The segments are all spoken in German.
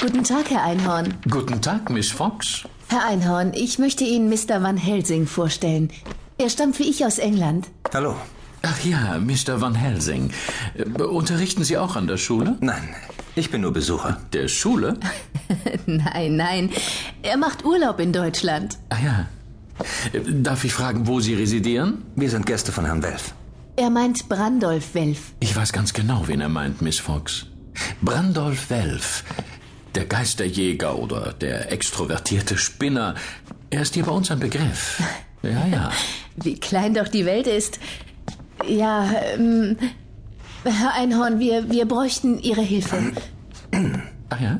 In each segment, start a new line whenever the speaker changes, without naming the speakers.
Guten Tag, Herr Einhorn.
Guten Tag, Miss Fox.
Herr Einhorn, ich möchte Ihnen Mr. Van Helsing vorstellen. Er stammt wie ich aus England.
Hallo.
Ach ja, Mr. Van Helsing. Äh, Unterrichten Sie auch an der Schule?
Nein, ich bin nur Besucher.
Der Schule?
nein, nein. Er macht Urlaub in Deutschland.
Ah ja. Äh, Darf ich fragen, wo Sie residieren?
Wir sind Gäste von Herrn Welf.
Er meint Brandolf Welf.
Ich weiß ganz genau, wen er meint, Miss Fox. Brandolph Welf. Der Geisterjäger oder der extrovertierte Spinner. Er ist hier bei uns ein Begriff. Ja, ja.
Wie klein doch die Welt ist. Ja, ähm, Herr Einhorn, wir, wir bräuchten Ihre Hilfe.
Ach ja?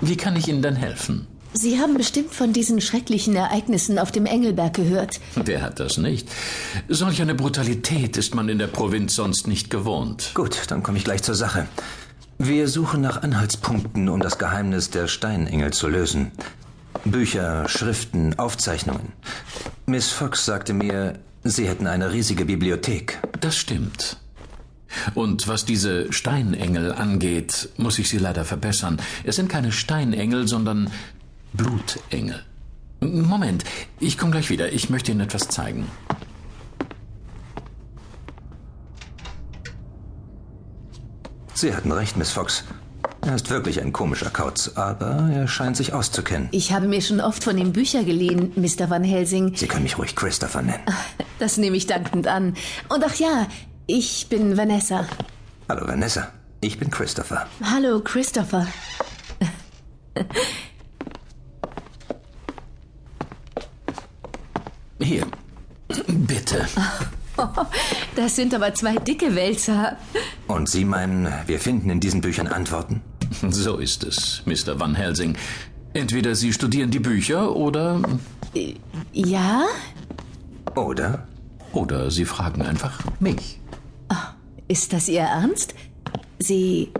Wie kann ich Ihnen denn helfen?
Sie haben bestimmt von diesen schrecklichen Ereignissen auf dem Engelberg gehört.
Wer hat das nicht? Solch eine Brutalität ist man in der Provinz sonst nicht gewohnt.
Gut, dann komme ich gleich zur Sache. Wir suchen nach Anhaltspunkten, um das Geheimnis der Steinengel zu lösen. Bücher, Schriften, Aufzeichnungen. Miss Fox sagte mir, Sie hätten eine riesige Bibliothek.
Das stimmt. Und was diese Steinengel angeht, muss ich Sie leider verbessern. Es sind keine Steinengel, sondern Blutengel. Moment, ich komme gleich wieder. Ich möchte Ihnen etwas zeigen.
Sie hatten recht, Miss Fox. Er ist wirklich ein komischer Kauz, aber er scheint sich auszukennen.
Ich habe mir schon oft von ihm Bücher geliehen, Mr. Van Helsing.
Sie können mich ruhig Christopher nennen.
Das nehme ich dankend an. Und ach ja, ich bin Vanessa.
Hallo, Vanessa. Ich bin Christopher.
Hallo, Christopher.
Hier. Bitte.
Das sind aber zwei dicke Wälzer.
Und Sie meinen, wir finden in diesen Büchern Antworten?
So ist es, Mr. Van Helsing. Entweder Sie studieren die Bücher oder.
Ja?
Oder?
oder Sie fragen einfach mich.
Ist das Ihr Ernst? Sie.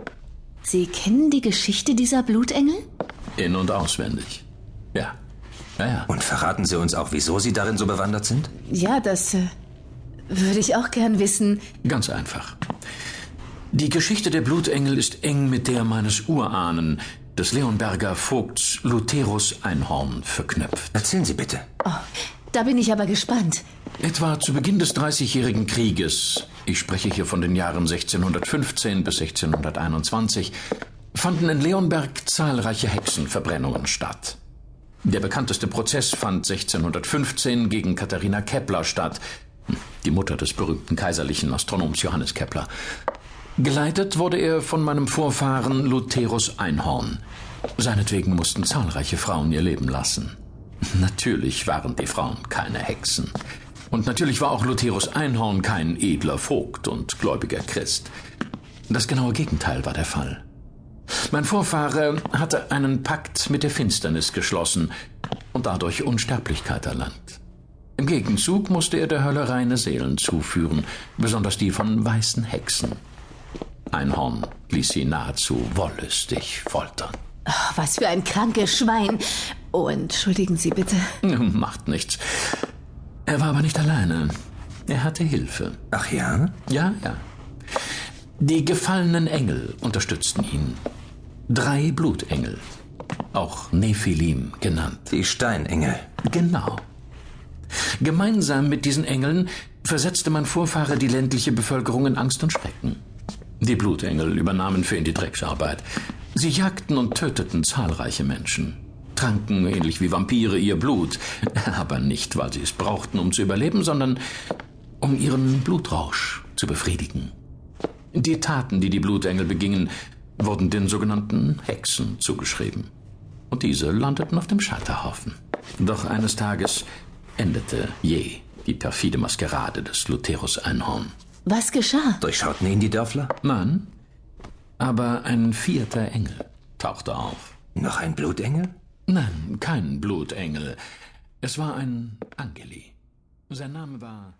Sie kennen die Geschichte dieser Blutengel?
In- und auswendig. Ja. Naja.
Und verraten Sie uns auch, wieso Sie darin so bewandert sind?
Ja, das äh, würde ich auch gern wissen.
Ganz einfach. Die Geschichte der Blutengel ist eng mit der meines Urahnen, des Leonberger Vogts Lutherus Einhorn, verknüpft.
Erzählen Sie bitte.
Oh, Da bin ich aber gespannt.
Etwa zu Beginn des Dreißigjährigen Krieges, ich spreche hier von den Jahren 1615 bis 1621, fanden in Leonberg zahlreiche Hexenverbrennungen statt. Der bekannteste Prozess fand 1615 gegen Katharina Kepler statt, die Mutter des berühmten kaiserlichen Astronoms Johannes Kepler. Geleitet wurde er von meinem Vorfahren Lutherus Einhorn. Seinetwegen mussten zahlreiche Frauen ihr Leben lassen. Natürlich waren die Frauen keine Hexen. Und natürlich war auch Lutherus Einhorn kein edler Vogt und gläubiger Christ. Das genaue Gegenteil war der Fall. Mein Vorfahre hatte einen Pakt mit der Finsternis geschlossen und dadurch Unsterblichkeit erlangt. Im Gegenzug musste er der Hölle reine Seelen zuführen, besonders die von weißen Hexen. Einhorn ließ sie nahezu wollüstig foltern.
Ach, Oh, was für ein krankes Schwein. Oh, entschuldigen Sie bitte.
Macht nichts. Er war aber nicht alleine. Er hatte Hilfe.
Ach ja?
Ja, ja. Die gefallenen Engel unterstützten ihn. Drei Blutengel, auch Nephilim genannt.
Die Steinengel.
Genau. Gemeinsam mit diesen Engeln versetzte mein Vorfahre die ländliche Bevölkerung in Angst und Schrecken. Die Blutengel übernahmen für ihn die Drecksarbeit. Sie jagten und töteten zahlreiche Menschen, tranken ähnlich wie Vampire ihr Blut, aber nicht, weil sie es brauchten, um zu überleben, sondern um ihren Blutrausch zu befriedigen. Die Taten, die die Blutengel begingen, wurden den sogenannten Hexen zugeschrieben. Und diese landeten auf dem Scheiterhaufen. Doch eines Tages endete je die perfide Maskerade des Lutherus Einhorn.
Was geschah?
Durchschauten ihn die Dörfler?
Nein, aber ein vierter Engel tauchte auf.
Noch ein Blutengel?
Nein, kein Blutengel. Es war ein Angeli. Sein Name war